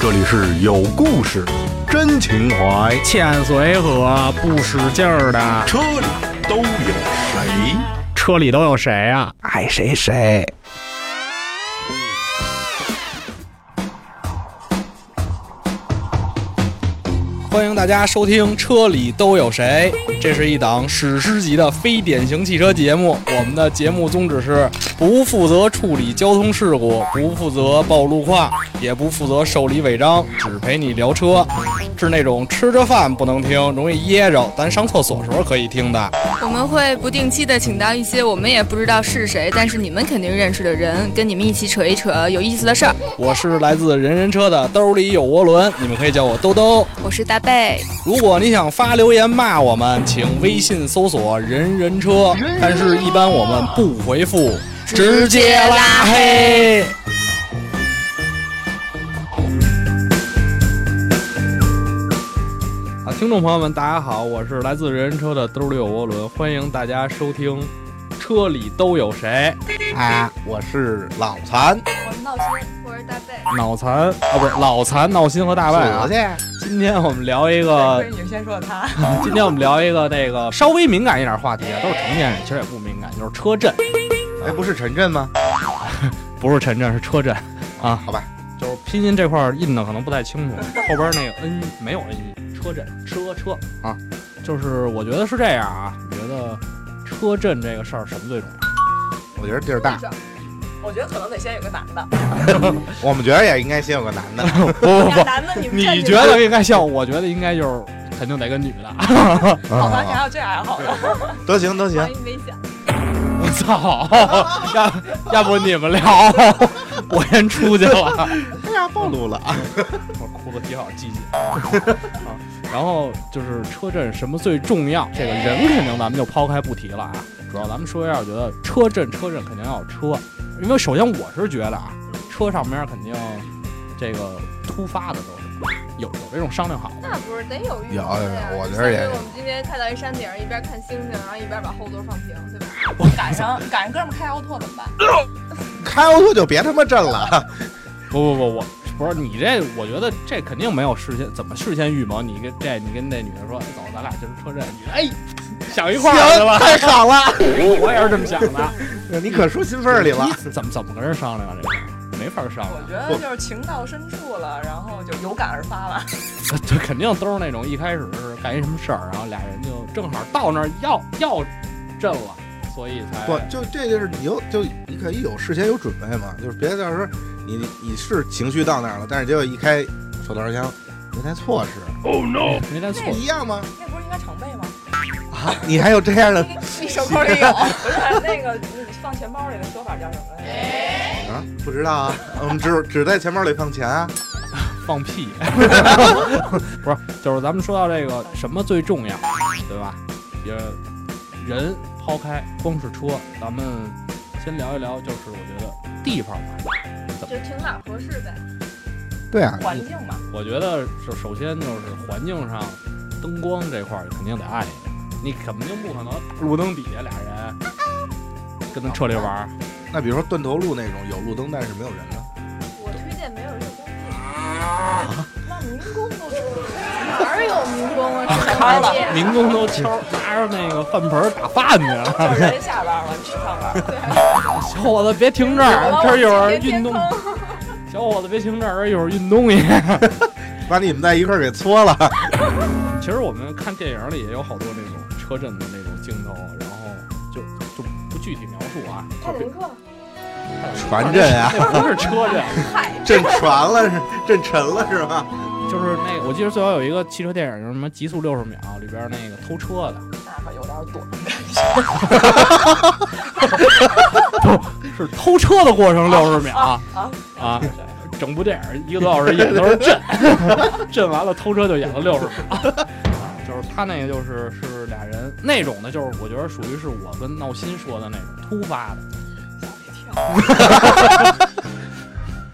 这里是有故事，真情怀，欠随和不使劲儿的，车里都有谁？车里都有谁啊？爱谁谁。欢迎大家收听《车里都有谁》，这是一档史诗级的非典型汽车节目。我们的节目宗旨是不负责处理交通事故，不负责报路况，也不负责受理违章，只陪你聊车。是那种吃着饭不能听，容易噎着，但上厕所时候可以听的。我们会不定期的请到一些我们也不知道是谁，但是你们肯定认识的人，跟你们一起扯一扯有意思的事儿。我是来自人人车的兜里有涡轮，你们可以叫我兜兜。我是大贝，如果你想发留言骂我们，请微信搜索“人人车”，但是一般我们不回复，直接拉黑。啊，听众朋友们，大家好，我是来自人人车的兜里有涡轮，欢迎大家收听《车里都有谁》啊，我是老残我是闹心，我是大贝。脑残啊，不是老残闹心和大外啊。今天我们聊一个亏你们先说的他，今天我们聊一个那个稍微敏感一点的话题啊，都是成年人，其实也不敏感，就是车震，哎，不是陈震吗？不是陈震，是车震啊。好吧，就是拼音这块儿印的可能不太清楚，后边那个 n 没有 n 音，车震车车啊，就是我觉得是这样啊，你觉得车震这个事儿什么最重要？我觉得地儿大，我觉得可能得先有个男 的，我们觉得也应该先有个男 的。不俩，男的你们你站起觉来得应该像？我觉得应该就是肯定得跟女的。啊好吧，你还有这爱好呢，得啊行得行，万一没讲， 我操，要要不你们聊，我先出去了。哎呀，暴露了啊！我裤子提好系紧。啊 然后就是车震什么最重要？这个人肯定咱们就抛开不提了啊，主要咱们说一下，我觉得车震车震肯定要有车，因为首先我是觉得啊，车上面肯定这个突发的都是有有这种商量好的，那不是得有有有有我觉得也有我们今天看到一山顶，一边看星星，然后一边把后座放平，对吧？赶上赶上哥们儿开奥拓怎么办？开欧陆就别他妈震 了，不不不，我不是你这，我觉得这肯定没有事先怎么事先预谋。你跟这，你跟那女的说，哎走，咱俩今儿车震，你说哎，想一块儿去行，吧。太好了，我也是这么想 的。你可说心缝里了。你怎么怎么跟人商量啊这个？没法商我量 觉，得就是情到深处了，然后就有感而发了。这肯定都是那种一开始是干一什么事儿，然后俩人就正好到那儿要要震了，所以才不，就这就是你有就你可以有事先有准备嘛，就是别到时候你你是情绪到那儿了，但是结果一开手套枪没带措施，没带错不。一样吗？ 那不是应该常备吗？啊，你还有这样的 你手扣里有，不是还有那个你放哎钱包里的说法叫 什么来着？啊？不知道啊，我们只只在钱包里放钱啊。放屁， 不是，就是咱们说到这个什么最重要，对吧？也人抛开光是车，咱们先聊一聊，就是我觉得地方吧，就停哪儿合适呗。对啊，环境嘛，我觉得是首先就是环境上，灯光这块儿肯定得暗一点，你肯定不可能路灯底下俩人跟他车里玩儿，那比如说断头路那种有路灯但是没有人的，我推荐没有日光那民工都哪儿有民工啊？是开了夜。民工都敲拿着那个饭盆儿打饭去啊了。就是人下班了，你去上班。小伙子别啊停这儿，这儿一会儿运动。小伙子别停这儿，这儿一会儿运动去。把你们在一块儿给搓了。 其实我们看电影里也有好多那种车震的那种镜头，然后就就不具体描述啊。泰坦克，船震啊，那不是车震， 震船了是震沉了是吧？就是那个，我记得最早有一个汽车电影，就是什么《极速六十秒》，里边那个偷车的，那可有点躲， 是偷车的过程六十秒啊啊啊！整部电影一个多小时演的都是震，震 完了偷车就演了六十秒。 就是他那个就是是俩人那种的，就是我觉得属于是我跟闹心说的那种突发的，吓我一跳。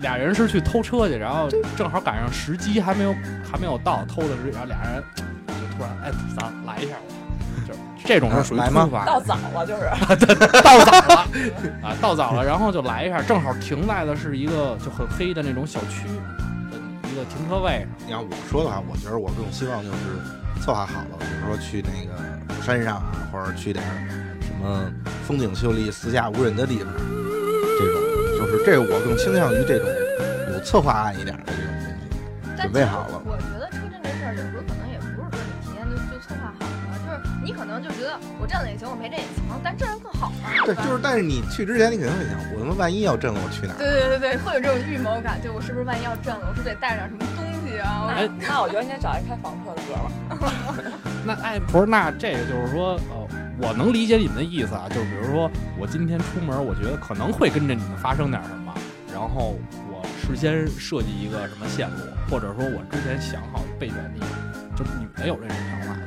俩人是去偷车去，然后正好赶上时机还没有还没有到，偷的是，然后俩人就突然哎，咱来一下吧，就是这种是属于啊来吗突发的，到早了就是，到早了啊，到早了，然后就来一下，正好停在的是一个就很黑的那种小区，嗯一个的停车位上。你要我说的话，我觉得我更希望就是策划好了，比如说去那个山上啊，或者去点儿什么风景秀丽、四下无人的地方，这种就是这个我更倾向于这种有策划案一点的这种东西。准备好了我觉得车震这事儿，有时候可能也不是说你提前就就策划好了，就是你可能就觉得我震了也行，我没震也行，但这样更好嘛。对，吧就是但是你去之前，你肯定会想，我他妈万一要震了，我去哪儿？对对对对，会有这种预谋感，就我是不是万一要震了，我是不是得带上什么东西啊？我哎那我觉得应该找一开房车的哥们儿，那哎，不是，那这个就是说，呃，我能理解你们的意思啊，就是比如说，我今天出门，我觉得可能会跟着你们发生点什么，然后我事先设计一个什么线路，或者说我之前想好备选的一个，就是你们有这种想法吗？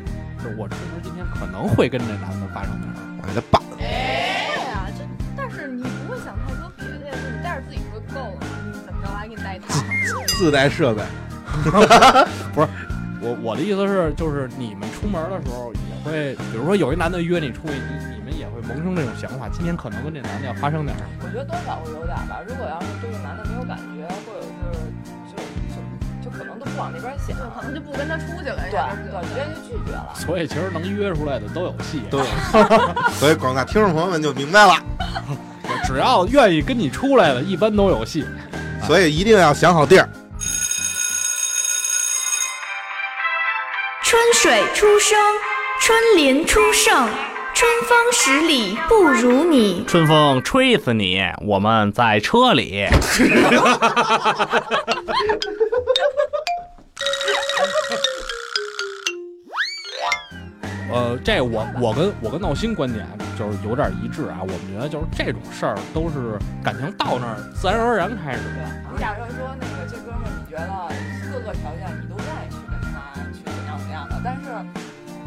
就是我出门今天可能会跟着咱们发生点什么。我给他办了。对呀、这但是你不会想太多别的呀，就你带着自己就够了，你怎么着我还给你带一套。自带设备，我我的意思是，就是你们出门的时候也会，比如说有一男的约你出去，你你们也会萌生这种想法，今天可能跟这男的要发生点什么。我觉得多少会有点吧。如果要是对这男的没有感觉，或者是就就就可能都不往那边想就，可能就不跟他出去了，人对家对，直接就拒绝了。所以其实能约出来的都有戏，啊都有。所以广大听众朋友们就明白了，只要愿意跟你出来的，一般都有戏。所以一定要想好地儿。春水初生，春林初盛，春风十里不如你。春风吹死你，我们在车里。呃，这我我跟我跟闹心观点就是有点一致啊。我们觉得就是这种事儿都是感情到那儿自然而然开始的。你假设说那个这哥们儿，你觉得各个条件你都愿意去跟他去怎样怎样的，但是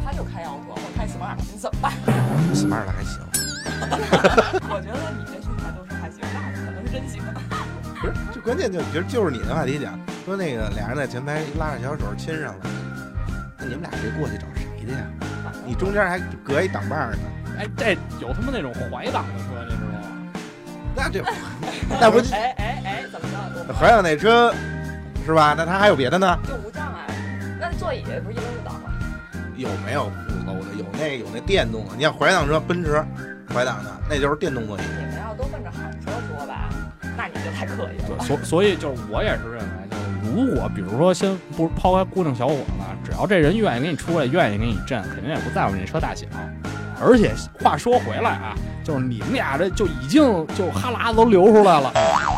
他就开洋车或开 smart，你怎么办？ s m a 还行，我觉得你这身材都是还行，那我可能是真行。不是，就关键就觉得就是你的话题讲，说那个俩人在前排拉着小手亲上了，那你们俩谁过去找谁去呀？你中间还隔一挡把儿呢，哎，这有他妈那种怀档的车，你知道吗？那 这那不哎哎哎，怎么着？我还有那车是吧？那他还有别的呢？就无障碍。那座椅不是一般就倒吗？有没有不 low 的？有那有那电动的，你像怀档车，奔驰怀档的，那就是电动座椅。你们要都奔着好车说吧，那你就太刻意了。所所以就是我也是认为，就是如果比如说先不是抛开姑娘小伙子，啊只要这人愿意跟你出来，愿意跟你震，肯定也不在乎你车大小。而且话说回来啊，就是你们俩这就已经就哈喇子都流出来了，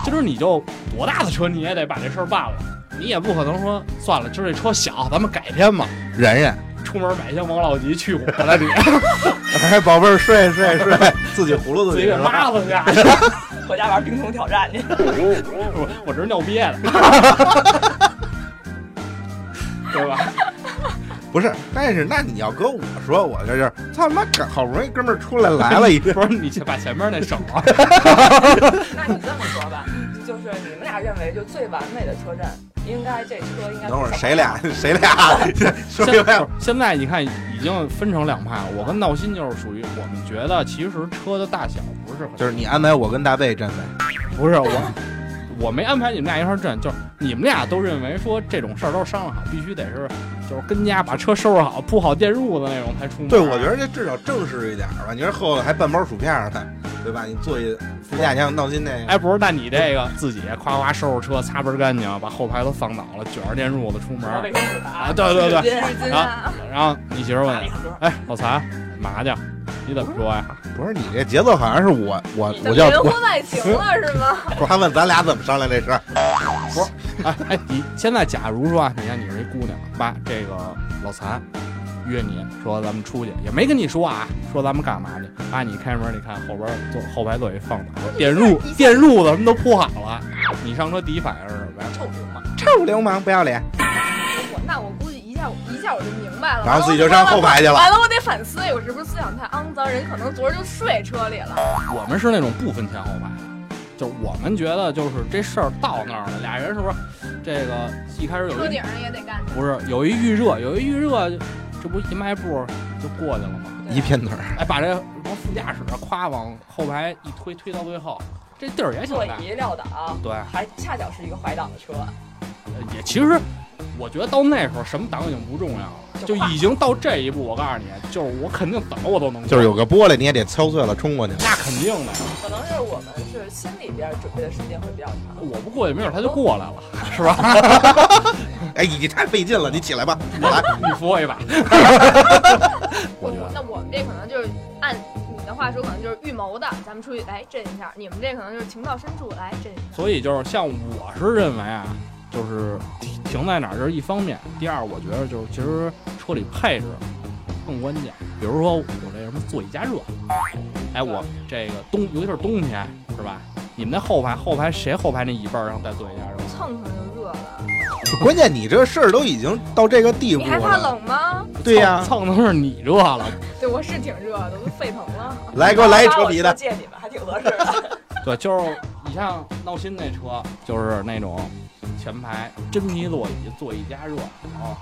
今儿你就多大的车你也得把这事儿办了，你也不可能说算了，今儿这车小，咱们改天吧。然 然，出门买一箱王老吉去火了你，哎，宝贝儿睡睡睡， 自己葫芦自自己己给是吧抹子去。回家玩冰桶挑战去。我我这是尿憋的， 对吧？不是，但是那你要搁我说，我这就是操他妈，好不容易哥们儿出来来了一 不是你先把前面那省了。那你这么说吧，就是你们俩认为就最完美的车震，应该这车应该。等会儿谁俩？谁 俩 说现明在白不是现在你看已经分成两派了，我跟闹心就是属于我们觉得其实车的大小不是很，就是你安排我跟大贝站呗，不是我。我没安排你们俩一块儿震，就是你们俩都认为说这种事儿都是商量好，必须得是就是跟家把车收拾好，铺好电褥子那种才出门。对，我觉得这至少正式一点吧。你说后头还半包薯片儿呢，对吧？你坐一副驾你像闹心那个，哎，不是，那你这个自己夸夸收拾车，擦边干净，把后排都放倒了，卷着电褥子出门卫生纸啊啊，对对对，对。真啊，然后你媳妇问你，盒。哎，老残，嘛去？你怎么说呀？不是你这节奏好像是我我怎我么叫人我婚外情了是吗？ 我还问咱俩怎么商量这事儿， 哎哎，你现在假如说啊，你看你是一姑娘，妈，这个老残约你说咱们出去，也没跟你说啊，说咱们干嘛去？妈，你开门，你看后边坐后排座椅放倒了，电褥电褥子什么都铺好了，你上车第一反应是什么呀？臭流氓！ 臭流氓不要脸，我那我估计一下我一下我就明白了，然后自己就上后排去了完了，我得反思，哎我是不是思想太肮脏？人可能昨儿就睡车里了。我们是那种不分前后排的，就是我们觉得就是这事儿到那儿了，俩人是不是这个一开始有车一顶上也得干净。不是有一预热，有一预热，这不一迈步就过去了吗？一片腿儿。哎，把这从副驾驶夸往后排一推，推到最后，这地儿也挺座大。椅撂倒，对，还恰巧是一个怀档的车，呃也其实我觉得到那时候什么党已经不重要了，就已经到这一步。我告诉你，就是我肯定怎么我都能过，就是有个玻璃你也得敲碎了冲过去。那肯定的，可能是我们是心里边准备的时间会比较长。我不过去没准他就过来了，是吧？哎，你太费劲了，你起来吧，我来。你扶我一把，我我觉得那我们这可能就是按你的话说，可能就是预谋的，咱们出去来震一下；你们这可能就是情到深处来震一下。所以就是像我是认为啊，就是停停在哪儿这是一方面，第二我觉得就是其实车里配置更关键。比如说我这什么座椅加热，哎，我这个冬尤其是冬天是吧？你们那后排后排谁后排那椅背儿上带座椅加热？蹭蹭就热了，关键你这事儿都已经到这个地步你还怕了，冷吗？对呀、蹭蹭是你热了，对，我是挺热的，我都沸腾了。 来给我来一车皮我的，借你们还挺合适的。 对，就是你像闹心那车，就是那种前排真皮座椅，座椅加热，然后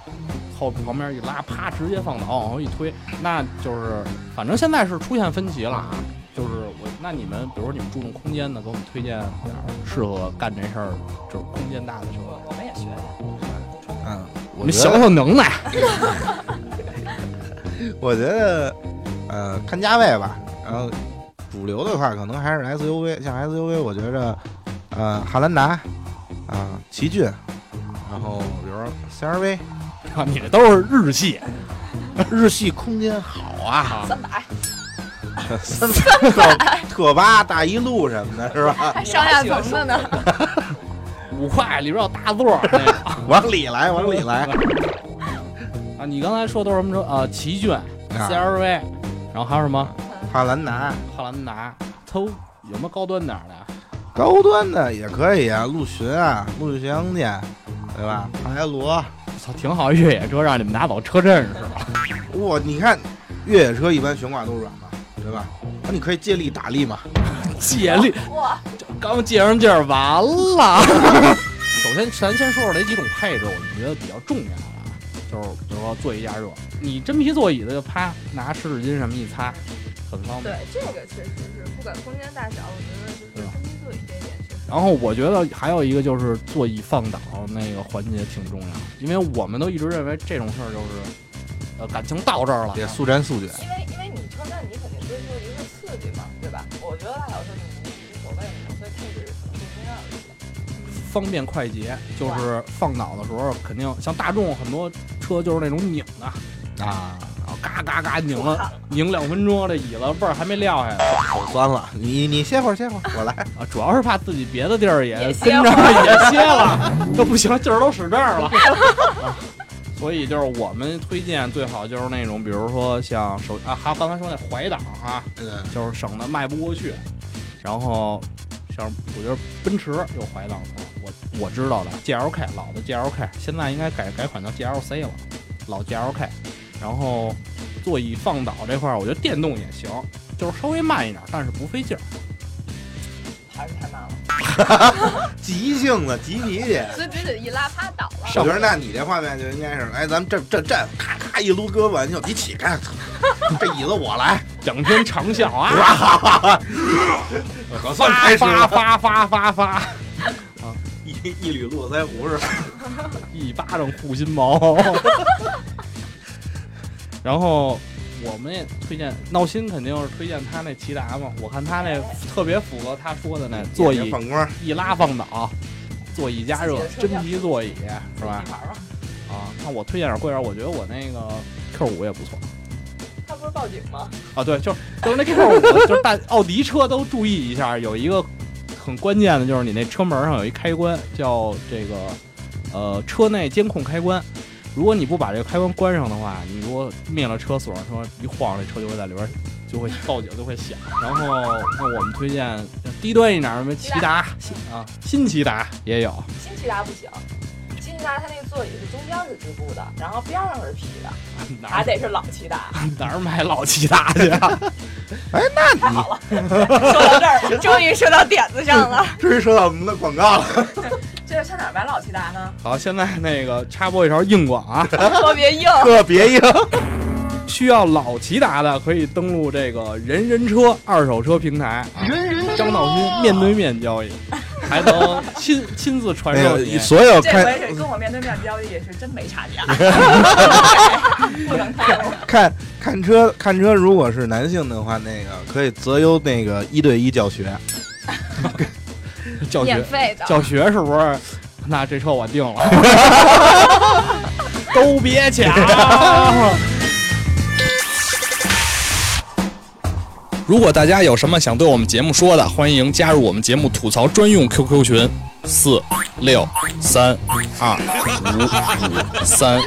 后旁边一拉，啪，直接放倒，往后一推，那就是反正现在是出现分歧了啊。就是我，那你们比如说你们注重空间的，给我们推荐点儿适合干这事儿，就是空间大的车。我们也学，嗯，你我们觉小得，小能耐，我觉得，呃，看价位吧。然后主流的话，可能还是 SUV，像 SUV，我觉着，呃，汉兰达，啊、奇骏，然后比如说 CRV，啊 你这都是日系，日系空间 好啊，三哎百，三百特八、大一路什么的，是吧？还上下层的呢， 五块里边有大座儿那 个。往里来，往里来。 啊，你刚才说都是什么车？呃，奇骏、CRV，然后还有什么？汉啊兰达，汉兰达，它有没有高端点儿的呀？高端的也可以啊，陆巡啊，陆巡洋舰，对吧？帕莱罗，我操，挺好，越野车让你们拿走车震是吧？哇，你看越野车一般悬挂都软嘛，对吧？那你可以借力打力嘛。借力，哇，刚借上劲儿，完了。 首先，咱先说说哪几种配置，我觉得比较重要啊，就是比如说座椅加热，你真皮座椅的就啪拿湿纸巾什么一擦，很方便。对，这个确实是不管空间大小，我觉得就是空间座椅这一点确实。然后我觉得还有一个就是座椅放倒那个环节挺重要，因为我们都一直认为这种事儿就是，呃，感情到这儿了，也速战速决。因为因为你车站你肯定追求一个刺激嘛，对吧？我觉得大小车你无所谓嘛，所以配置可能更重要一些。方便快捷，就是放倒的时候肯定像大众很多车就是那种拧的，啊，然后嘎嘎嘎拧了拧两分钟，这椅子味儿还没撂下来口酸了，你你歇会儿歇会儿，我来。啊，主要是怕自己别的地儿也也跟歇着也歇了， 这不行，劲儿都使这 儿了。啊所以就是我们推荐最好就是那种，比如说像手啊，还有刚才说那怀档啊， 嗯，就是省得迈不过去。然后像我觉得奔驰有怀档的，我我知道的 GLK 老的 GLK，现在应该改改款叫 GLC 了，老 GLK。然后座椅放倒这块儿，我觉得电动也行，就是稍微慢一点，但是不费劲儿。还是太慢了。急性子，急你姐。所以必须得一拉啪倒了。我觉得那你这画面就应该是，哎，咱们这这站，咔咔一撸胳膊，你就你起开， 这椅子我来，两天长啸啊，可算发开始发了，发发发发，一一缕络腮胡似的。一巴掌护心毛。然后我们也推荐闹心，肯定是推荐他那骐达嘛，我看他那特别符合他说哎的那嗯座椅反光，一拉放倒，座椅加热，自己的车真辆皮座椅是吧自己？玩儿吧啊，那我推荐点贵点，我觉得我那个 Q 五也不错他不是报警吗？啊。对，就是就是那 Q 五，就是大奥迪车都注意一下，有一个很关键的就是你那车门上有一开关，叫这个呃车内监控开关。如果你不把这个开关关上的话，你如果灭了车、锁上车，一晃这车就会在里边就会报警，就会响。然后那我们推荐低端一点儿什么骐达啊，新骐达也有。新骐达不行，新骐达它那座椅是中间是织布的，然后边上是皮的，哪还得是老骐 达。哪儿买老骐达去啊？ 说到这 儿，终于说到点子上了。终于收到我们的广告了。 这上哪儿买老骐达呢？好，现在那个插播一条硬广啊，特别硬， 特别硬，需要老骐达的可以登录这个人人车二手车平台，人人张道新面对面交易，还能亲亲自传那授个你。所有这看回是跟我面对面交易也是真没差价， 不能太过。看看车看车，如果是男性的话，那个可以择优那个一对一教学，教学免费的，教学是不是？那这车我定了，都别抢。 如果大家有什么想对我们节目说的，欢迎加入我们节目吐槽专用 QQ 群四六三二五五三五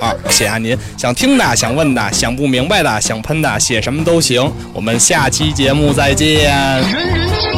二，谢谢您。想听的、想问的、想不明白的、想喷的，写什么都行。我们下期节目再见。人人皆